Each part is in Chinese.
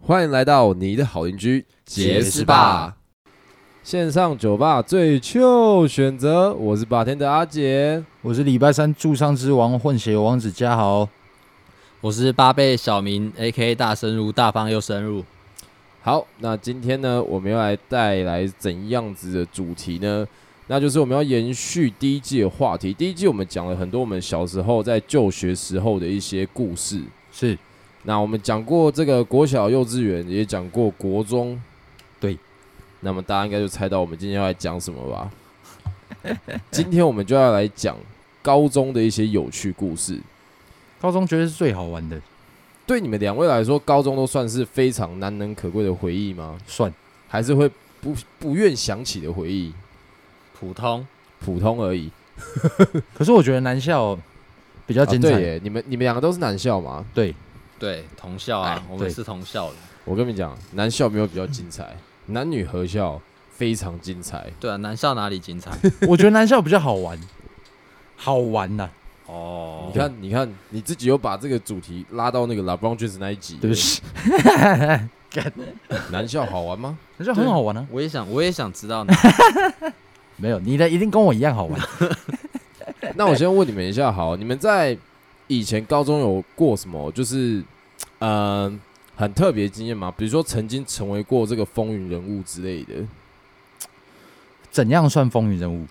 欢迎来到你的好邻居杰斯霸，线上酒吧最旧选择，我是霸天的阿杰。我是礼拜三驻唱之王混血王子嘉豪，我是八倍小明，A K 大深入，大方又深入。好，那今天呢，我们要来带来怎样子的主题呢？那就是我们要延续第一季的话题。第一季我们讲了很多我们小时候在就学时候的一些故事。是那我们讲过这个国小、幼稚园，也讲过国中，对。那么大家应该就猜到我们今天要来讲什么吧？ 今天我们就要来讲高中的一些有趣故事。高中绝对是最好玩的，对你们两位来说，高中都算是非常难能可贵的回忆吗？算还是会不不愿想起的回忆？普通，普通而已。可是我觉得南校比较啊精彩， 对耶，你们你们两个都是男校嘛？对对，同校啊，我们哎对是同校的。我跟你讲，男校没有比较精彩，男女合校非常精彩。对啊，南校哪里精彩？ 我觉得南校比较好玩，好玩呐、啊哦你，看，你看，你自己又把这个主题拉到那个 LeBron James 那一集，对不起，男校好玩 吗？南校很好玩啊，我也想，我也想知 道呢。没有你的一定跟我一样好玩，那我先问你们一下，好，你们在以前高中有过什么就是呃很特别的经验吗？比如说曾经成为过这个风云人物之类的， 怎样算风云人物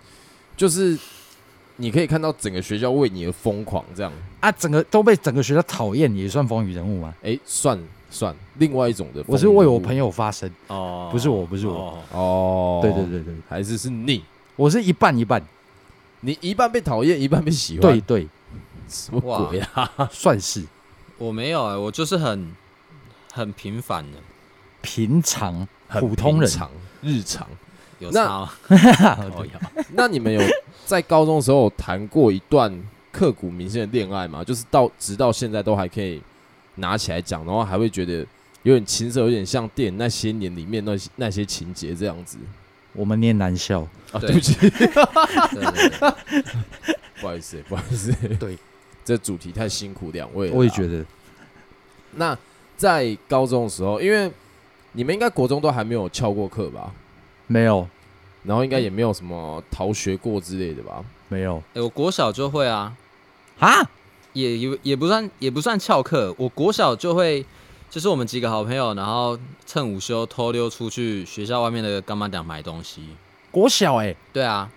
就是你可以看到整个学校为你而疯狂这样。啊？整个都被整个学校讨厌也算风云人物吗？哎、算算，另外一种的风云人物，我是为我朋友发声，哦，不是我不是我哦，哦，对对，对对，还是是你，我是一半一半，你一半被讨厌，一半被喜欢对，对，什么哇鬼啊？算是我没有哎、我就是很很平凡的，平常很普通人平常日常。有那差吗？ 哦有 那你们有在高中的时候有谈过一段刻骨铭心的恋爱吗？就是到直到现在都还可以拿起来讲，然后还会觉得有点青涩，有点像电影那些年里面那些那些情节这样子我们念南校，啊。对对不起，对对对不好意思，不好意思。对，这主题太辛苦两位了。我也觉得。得那在高中的时候，因为你们应该国中都还没有翘过课吧？没有然后应该也没有什么逃学过之类的吧？没有欸我国小就会啊，啊，也也也不算也不算翘课，我国小就会，就是我们几个好朋友，然后趁午休偷溜出去学校外面的干妈店买东西。国小哎、对啊，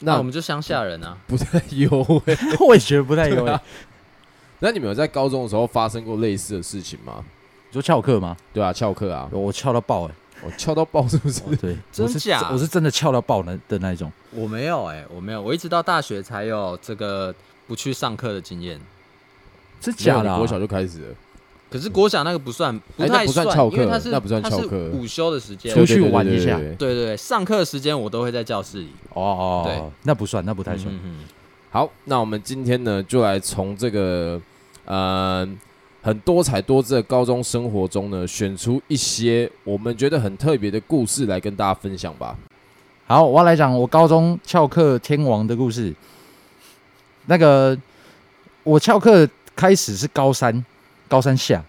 那那我们就乡下人啊，不太优惠。 我也觉得不太有、对欸 啊。 那你们有在高中的时候发生过类似的事情吗？你说翘课吗？对啊，翘课啊，我翘到爆哎、我翘到爆是不是？哦对，真我是假我是真的翘到爆的的那一种。我没有哎、我没有，我一直到大学才有这个不去上课的经验。是没 假有的、你啊？国小就开始了，可是国小那个不算，不太哎那不算翘课因为它是那不算它翘课是午休的时间。出对去玩一对对下对对对对对，上课的时间我都会在教室里。哦哦对哦，那不算，那不太算。嗯嗯好，那我们今天呢，就来从这个呃很多彩多姿的高中生活中呢，选出一些我们觉得很特别的故事来跟大家分享吧。好，我要来讲我高中翘课天王的故事。那个我翘课开始是高三，高三下。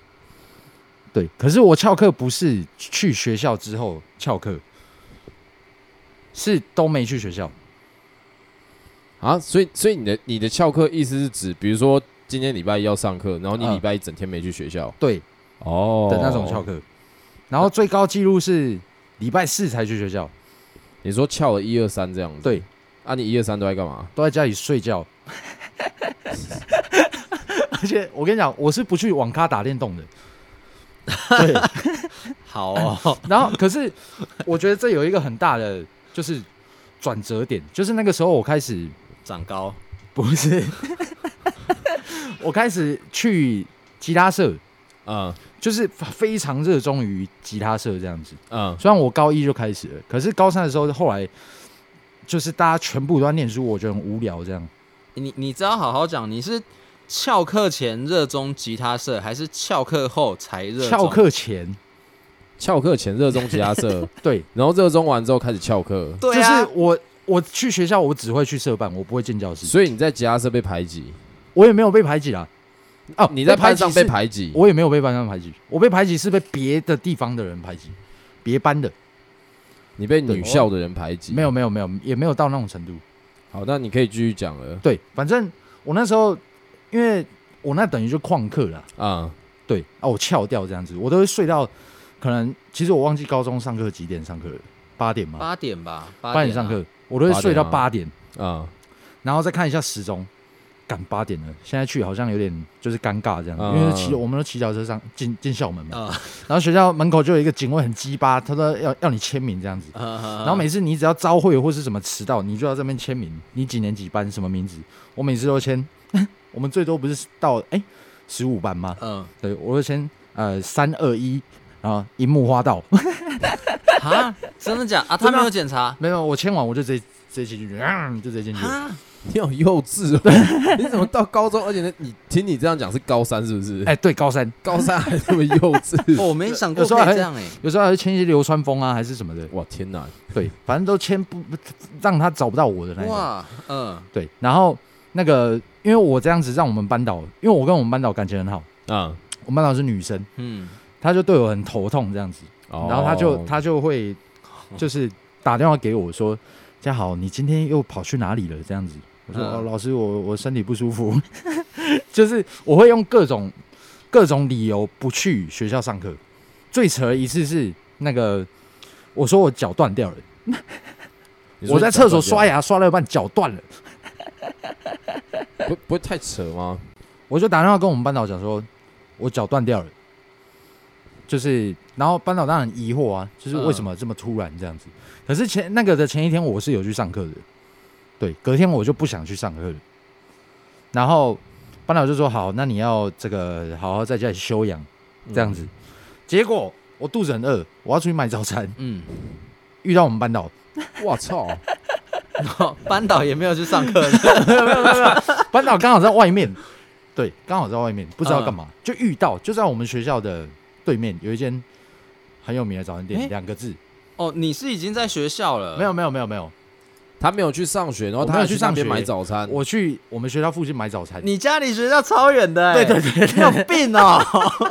对，可是我翘课不是去学校之后翘课，是都没去学校。啊，所以所以你的你的翘课意思是指，比如说今天礼拜一要上课，然后你嗯礼拜一整天没去学校，对，哦的那种翘。课。然后最高纪录是礼拜四才去学校，你说翘了一二三这样子，对，啊，你一二三都在干嘛？都在家里 睡觉。而且我跟你讲，我是不去网咖打电动的。对，嗯好哦， 然后可是我觉得这有一个很大的就是转折点，就是那个时候我开始长高。不 是，我开始去吉他社，嗯就是非常热衷于吉他社这样子。嗯，虽然我高一就开始了，可是高三的时候，后来就是大家全部都在念书，我觉得很无聊。这样你你只要好好讲，你是翘课前热衷吉他社，还是翘课后才热衷？翘课前，翘课前热衷吉他社，对， 然后热衷完之后开始翘课，对就啊，是我我去学校，我只会去社办，我不会进教室。所以你在吉他社被排挤，我也没有被排挤啦。哦，你在班上被是，排挤，我也没有被班上排挤，我被排挤是被别的地方的人排挤，别班的。你被女对校的人排挤，没有没有没有，也没有到那种程度。好，那你可以继续讲了对，反正我那时候，因为我那等于就旷课啦，啊、对啊，我翘掉这样子，我都会睡到可能，其实我忘记高中上课几点上课了，八点吗？八点吧，八八点啊上，课，我都会睡到八八点，啊、然后再看一下时钟，赶八点了，现在去好像有点就是尴尬这样，嗯因为骑我们都骑脚车上进进校门嘛，啊然后学校门口就有一个警卫很鸡巴，他说要要你签名这样啊嗯子，然然后每次你只要招会或是什么迟到，你就要这边签名，你几年几班什么名字，我每次都签。 我们最多不是到哎十五班吗？嗯对，我就签呃三二一，然后樱木花道 啊，真的假啊？真的他啊没有检查没有，我签完我就直接直接进去，啊就直接进去。啊？你好幼稚哦！你怎么到高中？而且呢，你听你这样讲是高三是不是？哎、对，高三高三还这么幼稚？哦我没想过有时可候以还这样哎，有时候还会签一些流川枫啊，还是什么的，哇天哪！对，反正都签不不让他找不到我的那一种。哇，嗯对，然后那个因为我这样子让我们班导，因为我跟我们班导感情很好，啊、我们班导是女生，嗯，她就对我很头痛这样子。哦然后他就他就会就是打电话给我说：“嘉豪，你今天又跑去哪里了？”这样子，我说：“嗯哦，老师，我我身体不舒服。” 就是我会用各种各种理由不去学校上课。最扯的一次是那个，我说我脚断掉了，你说我在厕所你讲刷牙刷了一半，脚断了，不不会太扯吗？我就打电话跟我们班导讲说，我脚断掉了。就是，然后班导当然疑惑啊，就是为什嗯么这么突然这样子？可是前那个的前一天我是有去上课的，对，隔天我就不想去上课了。然后班导就说：“好，那你要这个好好在家里休养，这样子。嗯结果我肚子很饿，我要出去买早餐，嗯，遇到我们班导，我操！然后班导也没有去上课，班导刚好在外 面，对，刚好在外面，不知道干嗯嘛，就遇到，就在我们学校的对面有一间很有名的早餐店，诶呃两、个字， 哦，你是已经在学校了？没有，没有没有没有，他没有去上学，然后我他没有还去那上边学买早餐。我去我们学校附近买早餐，嗯你家离学校超远的，对对 对，你有病哦，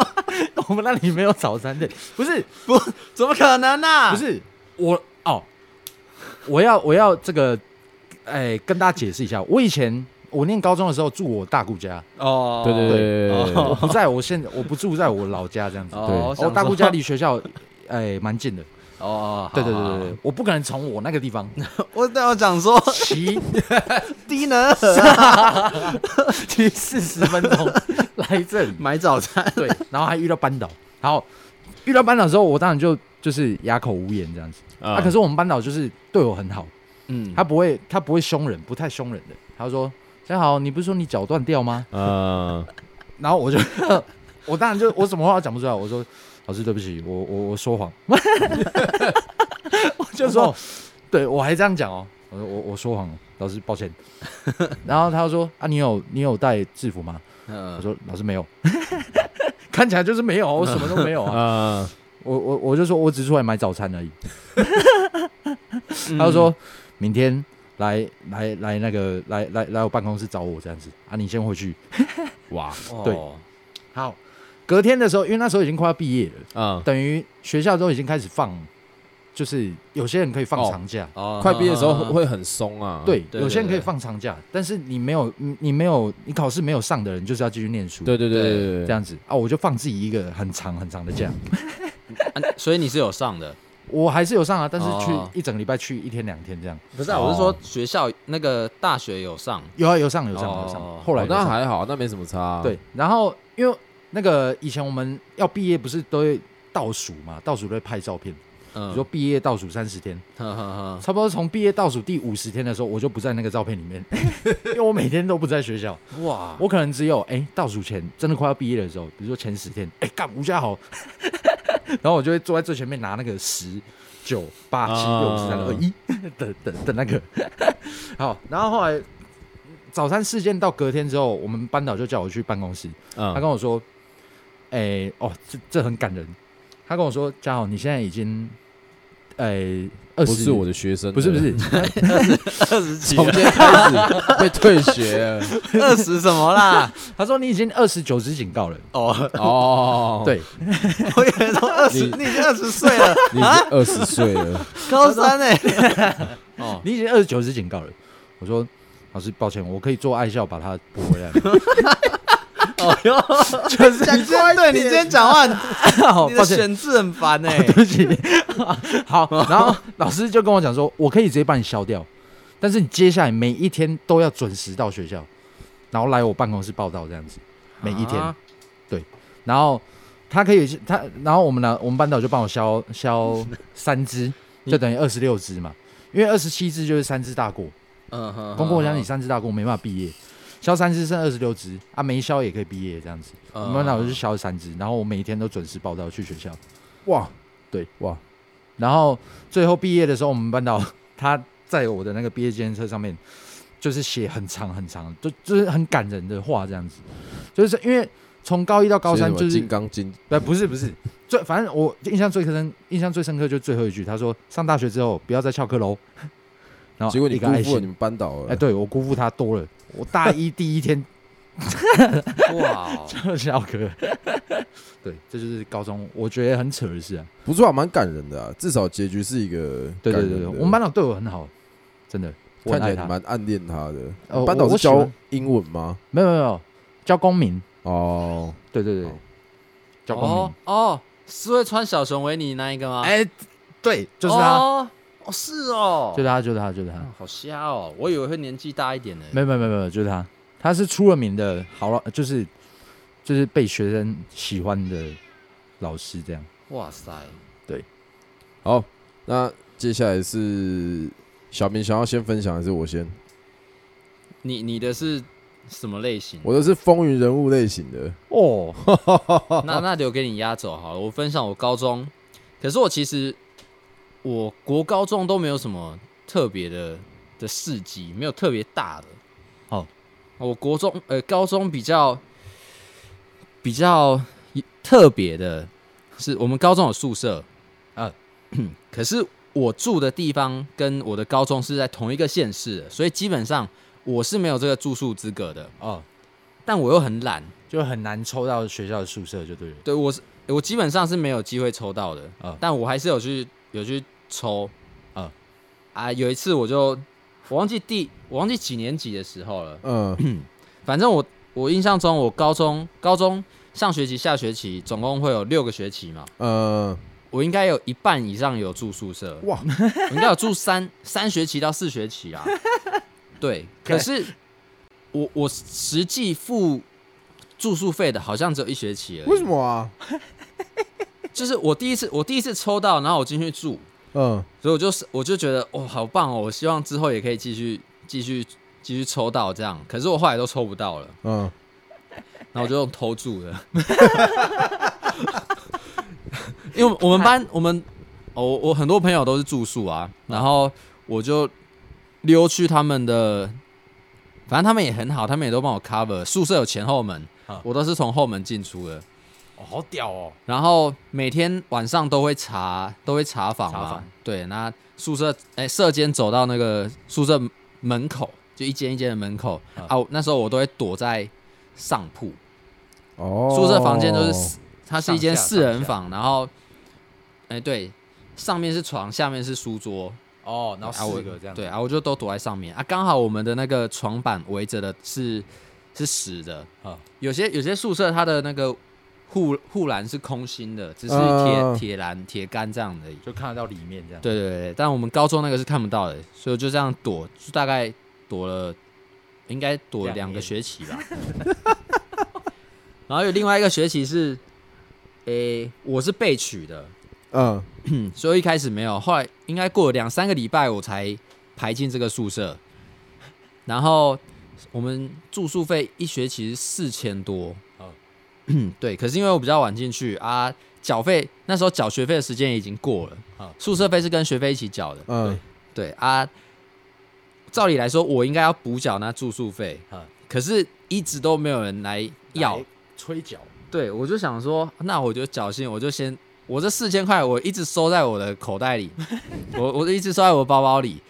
我们那里没有早餐店，不是怎么可能啊呢？不，是我哦，我要我要这个，哎、跟大家解释一下，我以前我念高中的时候住我大姑家，哦，对对对对对对我不在我现我不住在我老家这样子，对哦，我大姑姑家离学校哎蛮、近的，哦，对对好对对，对，我不可能从我那个 地方好我但我讲说 骑低能 儿骑四十分 钟来这里，买早餐，对，然后还遇到班导，好，遇到班导之后，我当然就就是哑口无言这样子。啊，可是是我们班导就是对我很好，嗯，他不会他不会凶人，不太凶人的。他说：“嘉豪，你不是说你脚断掉吗呃，？”然后我就 我当然就我什么话都讲不出来，我说：“老师，对不起，我我我说谎。” 我就说：“对我还这样讲哦。”我说：“我我说谎，老师抱歉。”然后他就说：“啊，你有你有带制服吗？”嗯我说老师没有，看起来就是没有，我什么都没有啊。啊，我我我就说我只是出来买早餐而已。嗯他就说明天来来来那个来来来我办公室找我这样子啊，你先回去。哇，对哦好，隔天的时候，因为那时候已经快要毕业了，啊，等于学校都已经开始放，就是有些人可以放哦长假。哦快毕业的时候嗯嗯会嗯会很松啊。对，对有些人可以对放长假，但是你没有，你你没有，你考试没有上的人，就是要继续念书，对对对对对对这样子啊，我就放自己一个很长很长的假。啊所以你是有上的，我还是有上啊，但是去哦一整个礼拜去一天两天这样。不是啊啊，我我是是说说学校那个大学有上，有啊，有上有上哦有上，后来哦有那上还好，那没什么差啊。对。然后因为那个以前我们要毕业不是都会倒数嘛，倒数都会拍照片，比嗯，如说毕业倒数三十天，呵呵呵，差不多从毕业倒数第五十天的时候，我就不在那个照片里面， 因为我每天都不在学校，哇，我可能只有哎、倒数前真的快要毕业的时候，比如说前十天，哎、干吴家豪， 然后我就会坐在最前面拿那个十九八七六五三二一等等等那个，好，然后后来早餐事件到隔天之后，我们班导就叫我去办公室，他嗯，跟我说，哎、哦，这这很感人，他跟我说，嘉豪，你现在已经呃不二十是我的学生，不是 不是， 二十几从今天开始被退学了 二十什么 啦？他说你已经二十九支警告了，哦，哦，，对，我以为说二十，你你已经二十岁 了，你已啊经二十岁了，高三哎。哦，你已经二十九支警告了。我说老师，抱歉，我可以做爱校把它补 回来吗。哦哟，就是讲真，对你今天讲话，好，你抱的歉，选字很烦哎。对不起。 好，然后老师就跟我讲说，我可以直接帮你消掉，但是你接下来每一天都要准时到学校，然后来我办公室报道这样子，每一天。啊然后他可以他，然后我们呢，我们班导就帮我削削三 只，就等于二十六只嘛，因为二十七只就是三只大过。嗯啊哼公共讲你三只大过没办法毕业，削三只剩二十六只啊，没削也可以毕业这样子。我啊们班导就削了三只，然后我每天都准时报到去学校。哇，对哇，然后最后毕业的时候，我们班导 他在我的那个毕业纪念册上面，就是写很长很长，就就是很感人的话这样子，就是因为从高一到 高所以什三么就是金刚经，不不是不是最反正我印象最深印象最深刻就是最后一句，他说上大学之后不要再翘课喽， 然后结果你哦一辜个爱负了心你们班导哎、了，对我辜负他多了，我大一第一天 哇哦，就翘课，对，这就是高中我觉得很扯的事啊。不错啊，蛮感人的啊，至少结局是一个对对感人对对，的我们班导对我很好，真的，我看起很来爱你他。蛮暗恋他的。呃你班导我是我喜欢教英文吗？没有没有没有，教公民，哦，对对对哦，教公哦民，哦，是会穿小熊维尼那一个吗？，哎，对，就是他，哦，哦是哦，就是他，就是他，就是他哦，好瞎哦，我以为会年纪大一点呢。没有没有没有没有，就是他，他是出了名的好老，就是就是被学生喜欢的老师这样。哇塞，好，那接下来是小明想要先分享还是我先？你你的是什么类型？我的是风云人物类型的，哦，那那留给你压轴好了。我分享我高中，可是我其实我国高中都没有什么特别的的事迹，没有特别大的。哦，我国中呃高中比较比较特别的是，我们高中有宿舍，呃，可是我住的地方跟我的高中是在同一个县市的，所以基本上我是没有这个住宿资格的。哦，但我又很懒，就很难抽到学校的宿舍，就对了。对我是我基本上是没有机会抽到的，嗯啊但我还是有去有去抽，啊啊，有一次我就我忘记第我忘记几年级的时候了，嗯，反正我我印象中我高中高中上学期下学期总共会有六个学期嘛，呃，我应该有一半以上有住宿舍，哇，我应该有住三 三学期到四学期 啊。对，可是我我实际付住宿费的好像只有一学期而已。为什？么啊？就是我第一次我第一次抽到，然后我进去住，嗯，所以我就是我就觉得哦，好棒哦！我希望之后也可以继续继续继续抽到这样。可是我后来都抽不到了，嗯，然后我就用偷住的，因为我们班我们哦我我很多朋友都是住宿啊，然后我就溜去他们的，反正他们也很好，他们也都帮我 cover。宿舍有前后门啊，我都是从后门进出的。哦，好屌哦！然后每天晚上都会查，都会查访查嘛访。对，那宿舍哎，舍监走到那个宿舍门口，就一间一间的门口啊啊。我那时候我都会躲在上铺，哦，宿舍房间都是四它是一间上下四人房，然后哎对，上面是床，下面是书桌，哦，然啊后我四个这样，对，啊，我就都躲在上面啊。刚好我们的那个床板围着的是是实的啊有些有些宿舍它的那个护护栏是空心的，只是啊铁铁栏、铁杆这样而已。就看得到里面这样。对对对，但我们高中那个是看不到的，所以我就这样躲，就大概躲了，应该躲两两个年学期吧。然后有另外一个学期是，诶、我是被取的，嗯，所以一开始没有，后来应该过了两三个礼拜，我才排进这个宿舍。然后我们住宿费一学期是四千多， 哦对。可是因为我比较晚进去啊，缴费那时候缴学费的时间已经过了，哦宿舍费是跟学费一起缴的，嗯，对啊。照理来说，我应该要补缴那住宿费，啊，可是一直都没有人来要哎来，吹角， 对，我就想说，那我就侥幸，我就先我这四千块我一直收在我的口 袋里，我我一直收在我的包包里，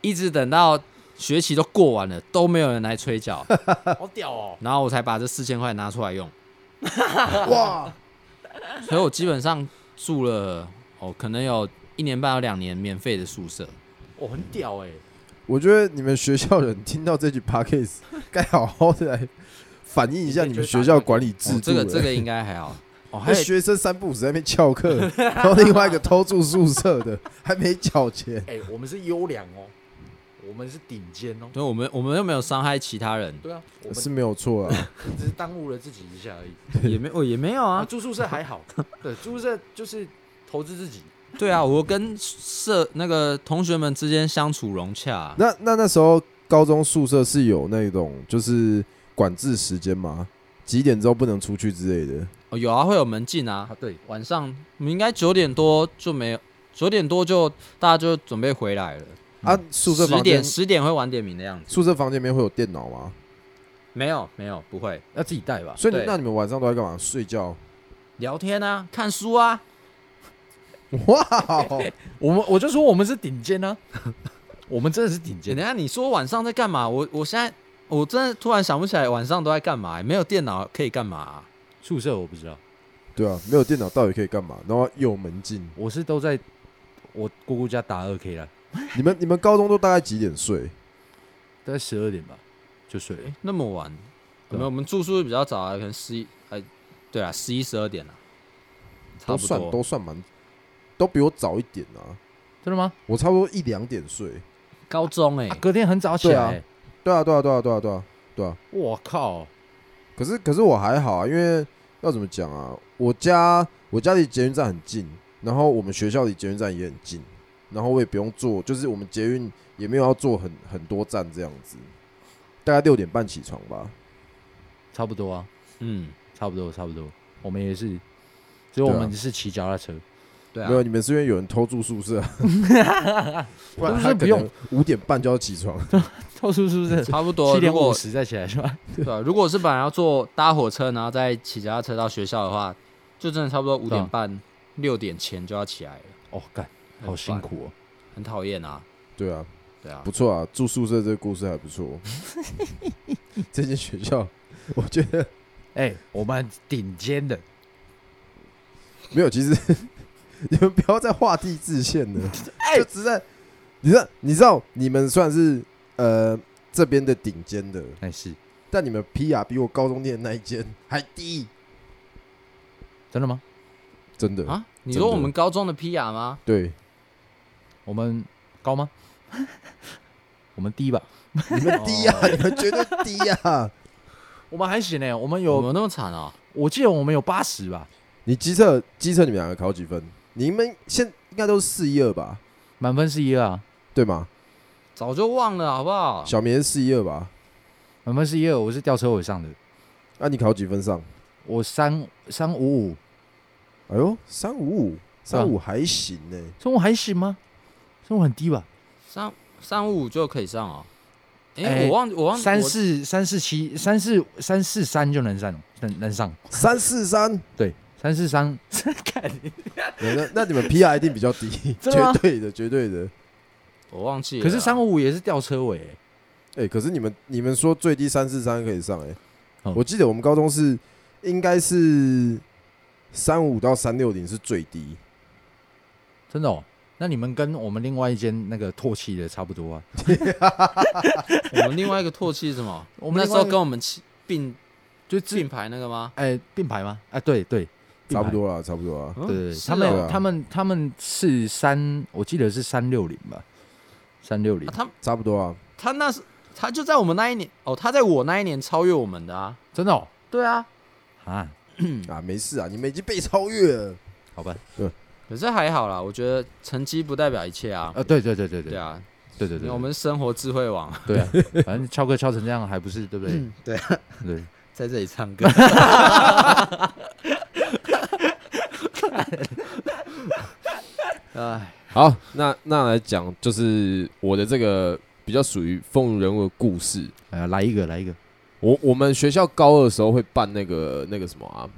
一直等到学期都过完了，都没有人来催 缴，好屌哦！然后我才把这四千块拿出来用。哇，所以我基本上住了哦，可能有一年半到两年免费的宿舍。我很屌哎、我觉得你们学校人听到这句 podcast，该好好的来反映一下你们学校管理制哦、度这了。个这个应该还好。哦，还那有学生三不五时在那边翘 课，然后另外一个偷住宿舍的还没缴钱，哎、我们是优良哦，我们是顶尖哦。对，我们我们又没有伤害其他 人，对啊，我们是没有错啊。只是耽误了自己一下而已。也没我也没有 啊，啊。住宿舍还好， 对，住宿舍就是投资自己。对啊，我跟社那个同学们之间相处融洽啊、那那那时候高中宿舍是有那种就是管制时间吗？几点之后不能出去之类的？哦，有啊，会有门禁啊啊。对，晚上我们应该九点多就没有，九点多就大家就准备回来了。啊，宿舍十房间点十点会晚点名的样子。宿舍房间里面会有电脑吗？没有没有不会要自己带吧？所以你对那你们晚上都在干嘛？睡觉？ 聊天啊，看书啊。哇哦，我们我就说我们是顶尖 啊，我们真的是顶简尖。单，你说晚上在干嘛？我我现在我真的突然想不起来晚上都在干嘛、没有电脑可以干嘛、啊宿舍我不知道，对啊，没有电脑到底可以干嘛？然后有门禁。我是都在我姑姑家打二 K 了，你们你们高中都大概几点睡？大概十二点吧就睡了。那么晚？我对啊们我们住宿比较早啊，可能十一哎，对啊，十一十二点了、差都不算多。都算蛮，都比我早一点啊。真的吗？我差不多一两点睡。高中哎、啊隔天很早起来、欸。对啊，对啊，对啊，对啊，对啊，对啊。我、靠！可是可是我还好啊，因为要怎么讲啊？我家我家离捷运站很近，然后我们学校离捷运站也很近，然后我也不用坐，就是我们捷运也没有要坐很很多站这样子，大概六点半起床吧。差不多啊，嗯，差不多，差不多。我们也是，只有我们是骑脚踏 车。对啊没，有，你们是因为有人偷住宿 舍，不然都是他不可用能五点半就要起床。到处哦 是不是？差不多。七如点五果十再起来是吧？对啊，如果是本来要坐搭火车，然后再骑脚踏车到学校的话，就真的差不多五对点啊半、六点前就要起来了， 哦，干，好辛苦哦。很讨厌啊。对啊，对啊不，错啊，住宿舍这个故事还不 错。这间学校，我觉得哎、我们顶尖的，没有，其实 你们不要再画地自限了，就只在你知道，你知道，你们算是呃这边的顶尖的，哎、是但你们 PR 比我高中念的那一间还低，真的吗？真的啊，你真说的我们高中的 PR 吗？对，我们高 吗？我们低吧？你们低啊，你们绝对低啊！ 我们还行呢、我们有有，没有那么惨啊？我记得我们有八十吧，你机测机测你们两个考几分？你们现应该都是四一二吧，满分是一二啊，对吗？早就忘了，好不好？小明是四一二吧？满分是一二，我是吊车尾上的，那、你考几分上？我三三五五，哎呦，三五五，三五还行呢、中午还行吗？中午很低吧？三三五五就可以上哦。哎、哎我忘我忘三我四三四七三四三四三就能上，能能上，三四三，对，三四三，对 那那你们 PR 一定比较低， 真的吗绝对的，绝对的。我忘记了啊。可是三五五也是吊车尾欸、哎、可是你们你们说最低三四三可以上哎、嗯我记得我们高中是应该是三五到三六零是最低，真的哦。那你们跟我们另外一间那个唾弃的差不多啊？我们另外一个唾弃是什么？ 我们那时另外一候个跟我们起并就自并排那个吗？哎、并排吗？哎、对对，并差排不。多啦，差不多啦。嗯对对，对是他们、哦对啊他们他们是三，我记得是三六零吧，三六零啊、，他差不多啊，他那是他就在我们那一年哦，他在我那一年超越我们的啊。真的哦对啊，啊？啊，没事啊，你们已经被超越了。好吧，可是还好啦，我觉得成绩不代表一切啊。呃，对对对对对对啊，对对对，我们生活智慧网对啊，反正敲歌敲成这样还不是对不对？ 对啊对， 在这里唱 歌。哎，好，那那来讲就是我的这个比较属于风云人物的故事。哎呀，来一个来一个，我我们学校高二的时候会办那个那个什么啊，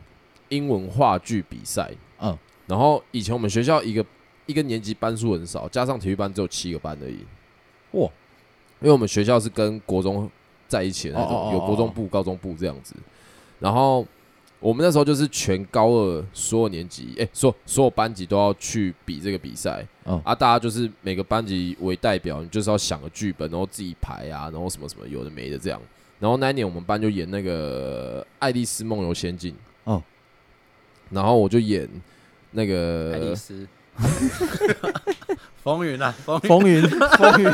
英文话剧比赛。 嗯，然后以前我们学校一个一个年级班数很少，加上体育班只有七个班而已。哇！因为我们学校是跟国中在一起的那种，哦哦哦哦有国中部、高中部这样子。然后我们那时候就是全高二所有年级，哎、所所有班级都要去比这个比赛。哦啊，大家就是每个班级为代表，你就是要想个剧本，然后自己排啊，然后什么什么有的没的这样。然后那一年我们班就演那个《爱丽丝梦游仙境》哦，然后我就演那个爱丽丝， 风云啊，风云，风云，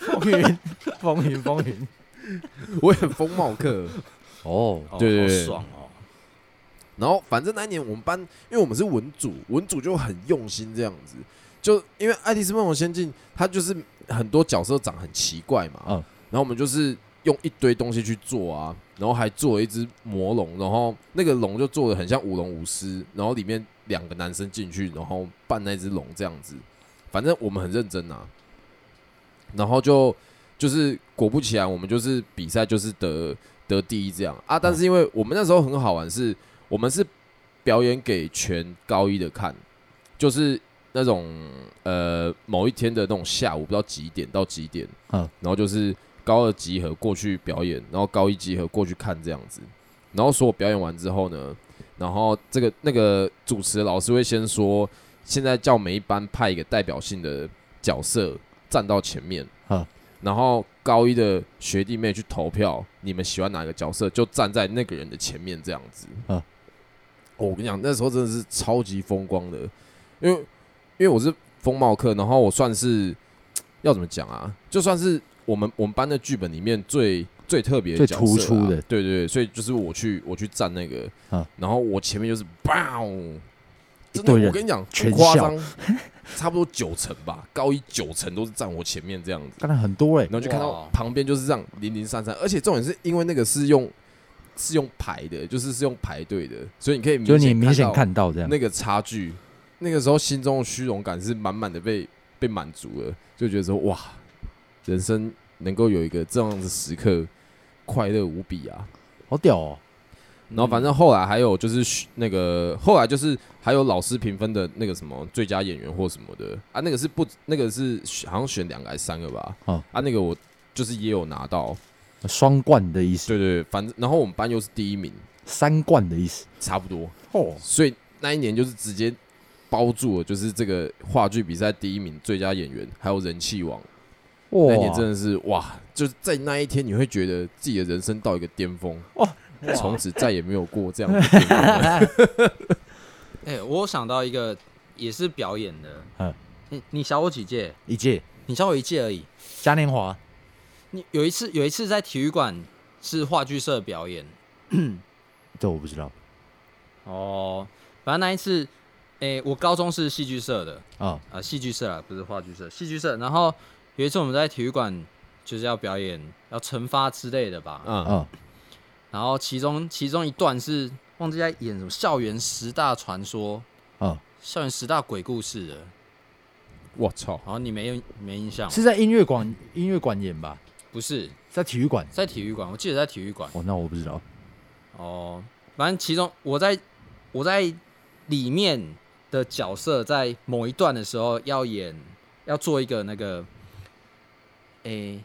风云，风云，风云，风 云。 我演风貌客。哦，哦对对好对爽哦，然后反正那一年我们班，因为我们是文组，文组就很用心这样子。就因为《爱丽丝梦游仙境》，它就是很多角色长很奇怪嘛，嗯然后我们就是用一堆东西去做啊，然后还做了一只魔龙，然后那个龙就做的很像舞龙舞狮，然后里面两个男生进去，然后扮那只龙这样子。反正我们很认真啊，然后就就是果不其然，我们就是比赛就是得得第一这样啊。但是因为我们那时候很好玩是，我们是表演给全高一的看，就是那种呃某一天的那种下午，不知道几点到几点，嗯然后就是高二集合过去表演，然后高一集合过去看这样子。然后所有表演完之后呢，然后这个那个主持的老师会先说，现在叫每一班派一个代表性的角色站到前面啊，然后高一的学弟妹去投票，你们喜欢哪个角色，就站在那个人的前面这样子。啊哦我跟你讲，那时候真的是超级风光的，因为因为我是风貌课，然后我算是要怎么讲啊，就算是我们我们班的剧本里面最最特别、的最角突色啊出的对对对，所以就是我去我去站那个，啊然后我前面就是 bang，真一堆的人我跟你讲，全不夸校张，差不多九成吧，高一九成都是站我前面这样子，刚才很多哎然，后就看到哇旁边就是这样零零散散，而且重点是因为那个是用是用排的，就是是用排队的，所以你可以就是你明显到看到这样。那个差距，那个时候心中的虚荣感是满满的被被满足了，就觉得说哇，人生能够有一个这样的时刻，快乐无比啊！好屌哦！然后反嗯正后来还有就是嘘那个后来就是还有老师评分的那个什么最佳演员或什么的啊，那个是不那个是好像选两个还是三个吧？哦啊，那个我就是也有拿到，双冠的意思，对对对，反正然后我们班又是第一名，三冠的意思。差不多，哦，所以那一年就是直接包住了，就是这个话剧比赛第一名、最佳演员，还有人气王。那一年真哇，的是哇，就是在那一天你会觉得自己的人生到一个巅峰哇从此再也没有过这样的巅峰 了哎、我有想到一个也是表演的，嗯嗯，你你小我几届？一届你小我一届而已。嘉年华你有一次有一次在体育馆是话剧社表演这我不知道哦，反正那一次，哎、我高中是戏剧社的，啊。啊，戏剧社啊，不是话剧社，戏剧社。然后有一次我们在体育馆就是要表演，要惩罚之类的吧。啊！啊，然后其中其中一段是忘记在演什么校园十大传说啊，校园十大鬼故事了。我操，然后你没有没印象？是在音乐馆音乐馆演吧？不是在体育馆？在体育馆？我记得在体育馆。哦，那我不知道。哦，反正其中我在我在里面的角色在某一段的时候要演，要做一个那个，诶、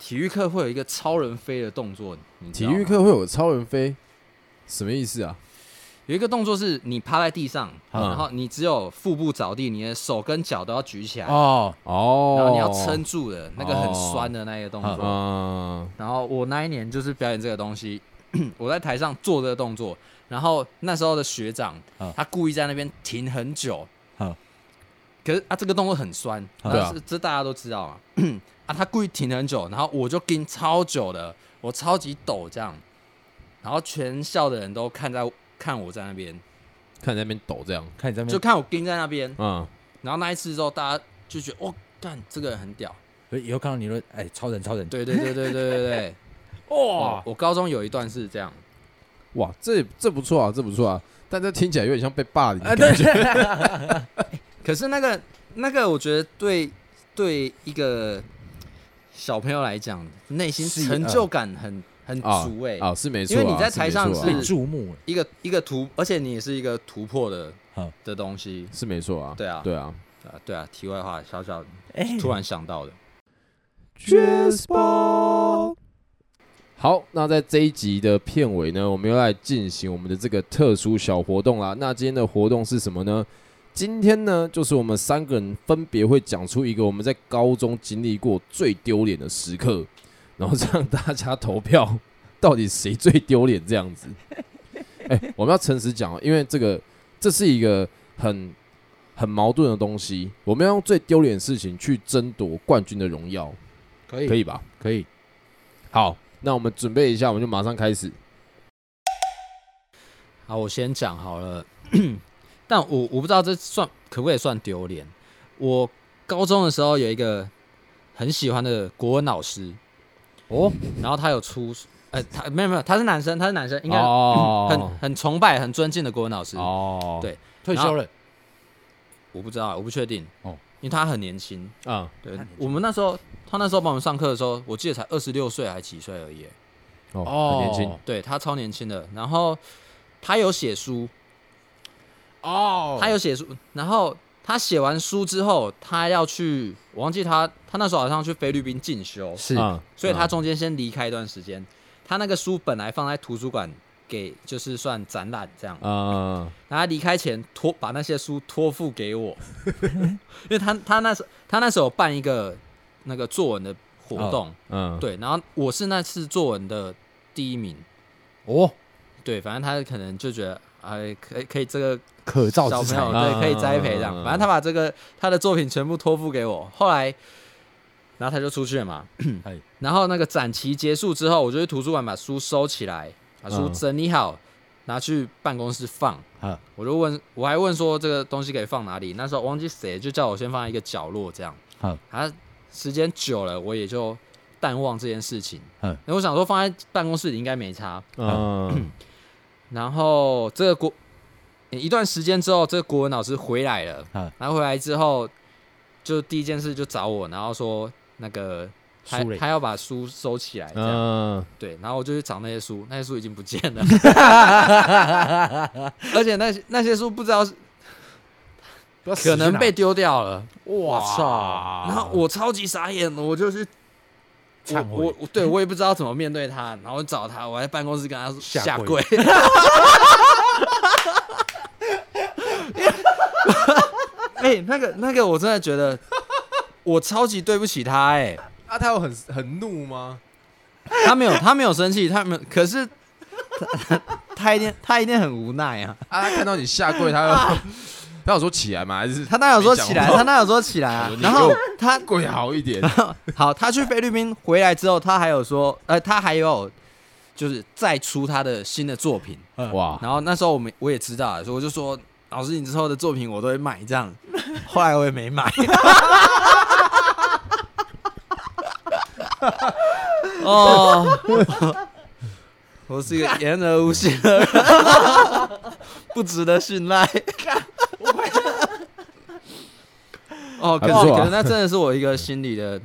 体育课会有一个超人飞的动作，你知体道吗育课会有超人飞，什么意思啊？有一个动作是你趴在地上，嗯然后你只有腹部着地，你的手跟脚都要举起来，哦，哦，然后你要撑住的那个很酸的那个动作。啊！然后我那一年就是表演这个东西， 我在台上做这个动作，然后那时候的学长、啊他故意在那边停很久，啊可是啊这个动作很酸，啊但是这大家都知道嘛， 啊他故意停很久，然后我就跟超久的，我超级抖这样，然后全校的人都看在看我在那边，看你在那边抖这样，看你在那就边看我跟在那边，嗯，然后那一次之后大家就觉得哦干这个人很屌，，所以以后看到你说，哎，超人超人，对对对对对对对，哇哦哇，我高中有一段是这样。哇，这这不错啊，这不错啊，但这听起来有点像被霸凌的 啊，感对 觉。可是那个那个，我觉得对对一个小朋友来讲，内心是成就感很很哦啊足哎、啊，是没错因啊，为你在是没台上错啊是被注目了一个一个突，而且你也是一个突破的好的东西是没错啊。对啊对啊。啊，对啊，题外话，小小哎、突然想到的， Jazz Ball。好，那在这一集的片尾呢，我们要来进行我们的这个特殊小活动啦。那今天的活动是什么呢？今天呢，就是我们三个人分别会讲出一个我们在高中经历过最丢脸的时刻，然后让大家投票，到底谁最丢脸这样子。哎、我们要诚实讲哦，因为这个这是一个很很矛盾的东西，我们要用最丢脸的事情去争夺冠军的荣耀。可以可以吧？可以，好，那我们准备一下，我们就马上开始。好，我先讲好了。 但我我不知道这算可不可以算丢脸。我高中的时候有一个很喜欢的国文老师哦，然后他有出，呃，他没有没有，他是男生，他是男生，应该很、哦很崇拜、很尊敬的国文老师。哦对退休了，我不知道，我不确定哦，因为他很年轻。啊，对他年，轻我们那时候他那时候帮我们上课的时候，我记得才二十六岁还几岁而已。哦，很年轻，对他超年轻的，然后他有写书，哦，他有写书，然后他写完书之后，他要去，我忘记他他那时候好像去菲律宾进修，是、啊所以他中间先离开一段时间。他那个书本来放在图书馆给就是算展览这样，啊然后他离开前托把那些书托付给我， 因为他他那时他那时候有办一个那个作文的活动，嗯，对，然后我是那次作文的第一名，哦，对，反正他可能就觉得哎可以可以这个可造小之朋材友啊对可以栽培这样。反正他把这个他的作品全部托付给我，后来，然后他就出去 了嘛哎。然后那个展期结束之后，我就去图书馆把书收起来，把书嗯整理好，拿去办公室放。啊，我就问，我还问说这个东西可以放哪里？那时候忘记谁就叫我先放在一个角落这样。好，啊，时间久了我也就淡忘这件事情。嗯嗯，我想说放在办公室里应该没差。嗯，然后这个国一段时间之后，这个国文老师回来了，嗯然后回来之后，就第一件事就找我，然后说那个他书嘞他要把书收起来，这样、嗯，对，然后我就去找那些书，那些书已经不见 了，而且那些那些书不知道是不要死可能去哪被丢掉了，哇操，然后我超级傻眼，我就去。我忏悔我我对我也不知道怎么面对他，然后找他，我在办公室跟他说下下跪，跪 哎、那个那个，我真的觉得我超级对不起他哎、啊，他有很很怒吗？他没有他没有生气，他没有，可是 他他一定他一定很无奈啊。啊，他看到你下跪，他 有他有说起来吗？还是他当然有说起来，他当然有说起来啊我。然后你给他跪好一点？好，他去菲律宾回来之后，他还有说，呃，他还有就是再出他的新的作品。 哇，然后那时候我们我也知道啊了，所以我就说老师，你之后的作品我都会买这样。后来我也没买。 哦，我是一个言而无信的人， 不值得信赖。哦，可还不是错啊可能那真的是我一个心里的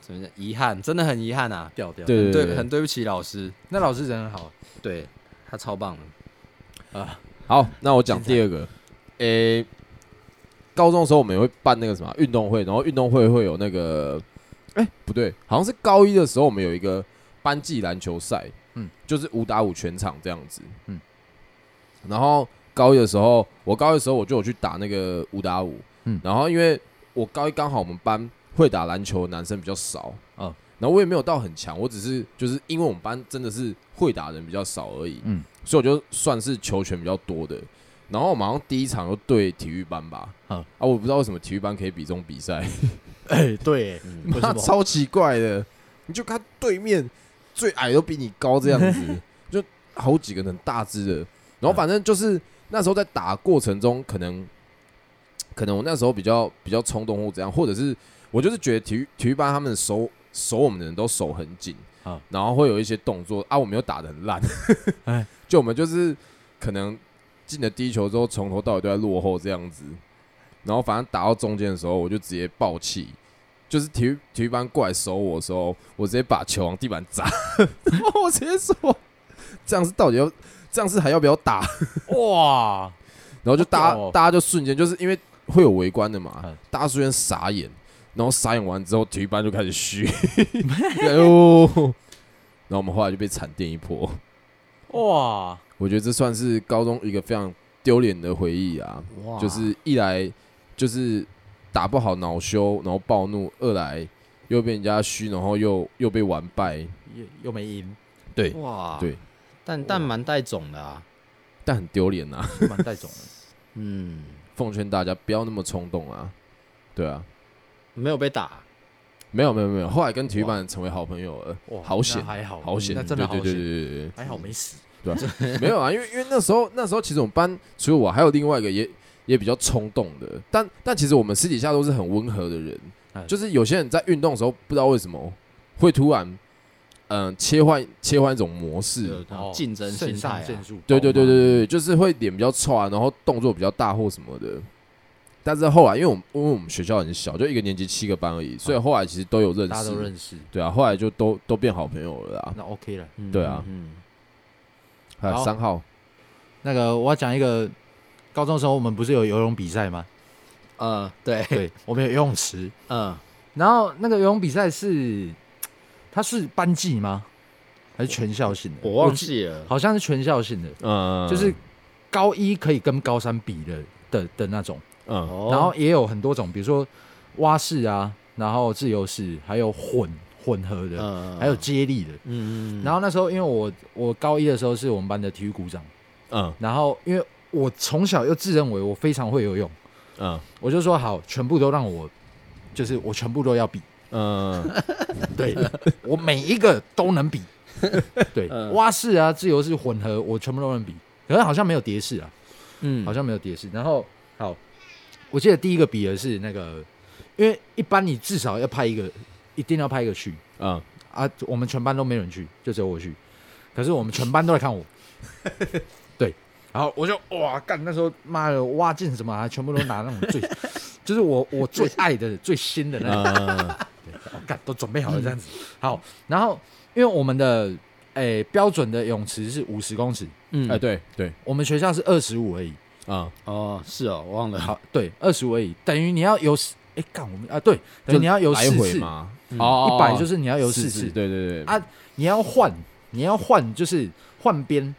怎么讲遗憾，真的很遗憾啊，掉掉，对对对，很，对不起老师，那老师人很好，对他超棒的。好，那我讲第二个，诶，高中的时候我们也会办那个什么啊运动会，然后运动会会有那个，哎，不对，好像是高一的时候我们有一个班级篮球赛，嗯嗯，就是五打五全场这样子，嗯嗯。然后高一的时候，我高一的时候我就有去打那个五打五，嗯嗯。然后因为我高一刚好我们班会打篮球的男生比较少，嗯哦。然后我也没有到很强，我只是就是因为我们班真的是会打的人比较少而已，嗯嗯。所以我就算是球权比较多的。然后我们好像第一场就对体育班吧，嗯啊，我不知道为什么体育班可以比这种比赛。哎、对，嗯为妈什 么超奇怪的，你就看对面最矮都比你高这样子，就好几个很大只的，然后嗯反正就是那时候在打过程中，可能可能我那时候比较比较冲动或怎样，或者是我就是觉得体育体育班他们守守我们的人都守很紧啊，然后会有一些动作啊，我们又打的很烂 哎， 就我们就是可能进了第一球之后，从头到尾都在落后这样子。然后反正打到中间的时候，我就直接爆气，就是体育体育班过来守我的时候，我直接把球往地板砸， 然后我直接说，这样是到底要这样是还要不要打？哇，然后就大家、好屌哦大家就瞬间就是因为会有围观的嘛，嗯大家瞬间傻眼，然后傻眼完之后，体育班就开始 嘘，哎呦，然后我们后来就被惨电一波。哇，我觉得这算是高中一个非常丢脸的回忆啊，哇就是一来就是打不好恼羞，然后暴怒；二来又被人家虚，然后又又被完败，又又没赢，对，哇，对，但但蛮带种的啊，但很丢脸呐。是蛮带种的。嗯， 奉劝大家不要那么冲动啊，对啊，没有被打，没有没有没有，后来跟体育班成为好朋友了，哇，好险那还好，好嗯险，那对真的好对对对险，对对还好没死。对， 没有啊，因为因为那时候那时候其实我们班除了我还有另外一个也也比较冲动的，但但其实我们私底下都是很温和的人，嗯就是有些人在运动的时候不知道为什么会突然嗯、切换切换一种模式，有哦竞争肾心态上啊腺素，对对对对对，对，就是会脸比较臭啊，然后动作比较大或什么的。但是后来，因为我们因为我们学校很小，就一个年级七个班而已，所以后来其实都有认大家识都，认识，对啊，后来就都都变好朋友了啊。那 OK 了。嗯对啊嗯，还有好三号，那个我要讲一个，高中的时候我们不是有游泳比赛吗？呃，对，对，我们有游泳池，嗯，然后那个游泳比赛是，它是班级吗？还是全校性的？我忘记，记了，好像是全校性的，嗯，就是高一可以跟高三比的的的那种，嗯，哦然后也有很多种，比如说蛙式啊，然后自由式，还有混混合的，嗯，还有接力的。嗯，嗯，然后那时候因为我我高一的时候是我们班的体育股长，嗯然后因为我从小又自认为我非常会游泳，嗯我就说好，全部都让我，就是我全部都要比。嗯，对我每一个都能比。对，嗯蛙式啊、自由式、混合，我全部都能比。可是好像没有蝶式啊，嗯，好像没有蝶式。然后好，我记得第一个比的是那个，因为一般你至少要派一个，一定要派一个去嗯，啊。我们全班都没人去，就只有我去。可是我们全班都来看我。 对，然后我就哇干，那时候妈的蛙镜什么啊，全部都拿那 种最，就是我我最爱的、最新的那种。嗯哦干都准备好了这样子。好，然后因为我们的诶、标准的泳池是五十公尺，嗯，哎，对对，我们学校是二十五而已。啊，哦，是哦，忘了，好，对，二十五而已，等于你要游十，哎、干我们啊，对，等于你要游来四回次，嘛，嗯哦一百就是你要游四四次，次，对对对，啊你要换，你要换就是换边，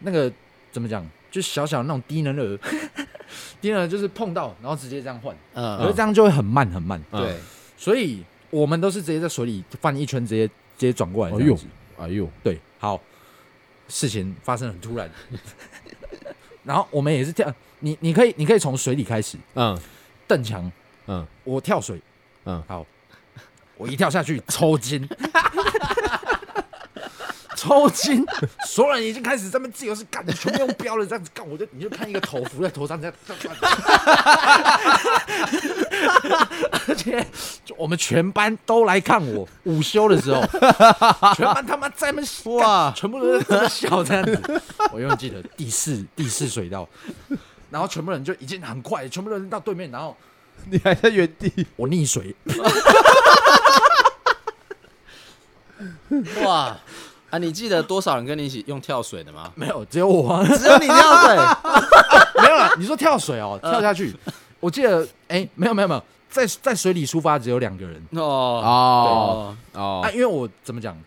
那个怎么讲，就小小那种低能儿， 低能儿就是碰到然后直接这样换，可是嗯，这样就会很慢很慢，嗯对，所以我们都是直接在水里翻一圈，直接直接转过来这样子。哎呦，对，好，事情发生得很突然， 然后我们也是跳，你你可以你可以从水里开始，嗯邓强，嗯，我跳水，嗯好，我一跳下去抽筋，抽筋，所有人已经开始在那边自由式干，全部用标了这样子干，我就你就看一个头浮在头上这样， 而且就我们全班都来看我，午休的时候，全班他妈在那边哇，全部都在那边笑这样子，我永远记得第四 第四水道。然后全部人就已经很快，全部人到对面，然后你还在原地，我溺水， 哇，啊，你记得多少人跟你一起用跳水的吗？没 有，只有我啊，只有你跳水，没有了。你说跳水哦，跳下去，我记得，哎，没有没有没有，在在水里出发只有两个人哦，哦哦，哦啊，，因为我怎么讲，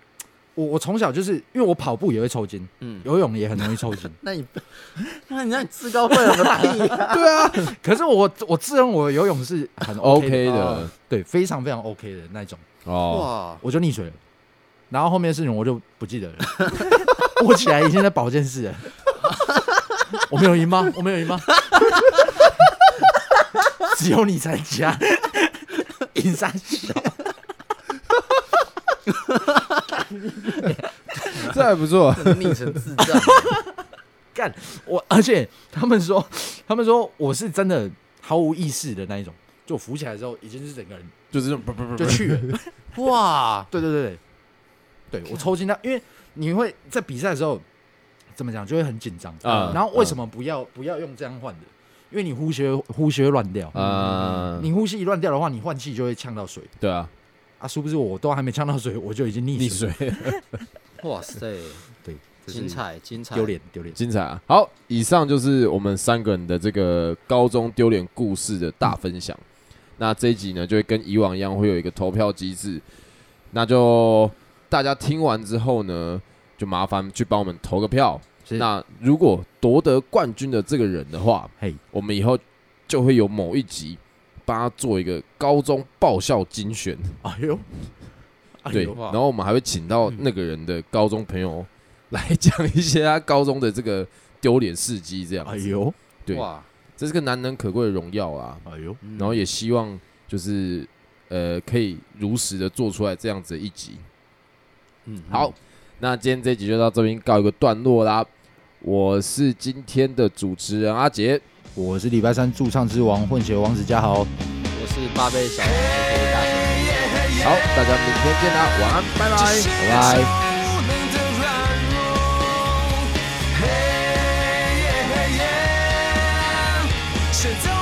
我我从小就是因为我跑步也会抽筋，嗯，游泳也很容易抽筋那你， 那你那你自告奋勇个屁 啊，可是我我自认我游泳是很 OK 的的，对，非常非常 OK 的那种，哦，哇，我就溺水了，然后后面的事情我就不记得了， 我起来已经在保健室了，我没有赢吗？我没有赢吗？ 只有你才加， 赢三小，这还不错，真的逆成智障，干我，而且他们说，他们说我是真的毫无意识的那一种，就我浮起来之后已经是整个人就是这种不不不就不，去了， 哇，对对对对，对我抽筋到，因为你会在比赛的时候怎么讲就会很紧张啊然后为什么不要不要用这样换的？因为你呼吸呼吸会乱掉，呃，你呼吸一乱掉的话，你换气就会呛到水对啊，啊！殊不知我都还没呛到水，我就已经溺溺水。水，哇塞，就是精彩精彩，丢脸丢脸。精彩啊！好，以上就是我们三个人的这个高中丢脸故事的大分享。那这一集呢，就会跟以往一样，会有一个投票机制。那就大家听完之后呢，就麻烦去帮我们投个票。是那如果夺得冠军的这个人的话，嘿，我们以后就会有某一集帮他做一个高中爆笑精选。哎呦，哎对，呦嗯哇然后我们还会请到那个人的高中朋友 来讲一些他高中的这个丢脸事迹，这样哎子。呦，对，哇，这是个难能可贵的荣耀啊。哎呦，嗯然后也希望就是呃，可以如实的做出来这样子的一集。嗯好，那今天这集就到这边告一个段落啦。我是今天的主持人阿杰，我是礼拜三驻唱之王混血王子嘉豪，嗯我是八倍小王子好，郭大神。大家明天见啦，晚安，拜拜。拜拜。现在。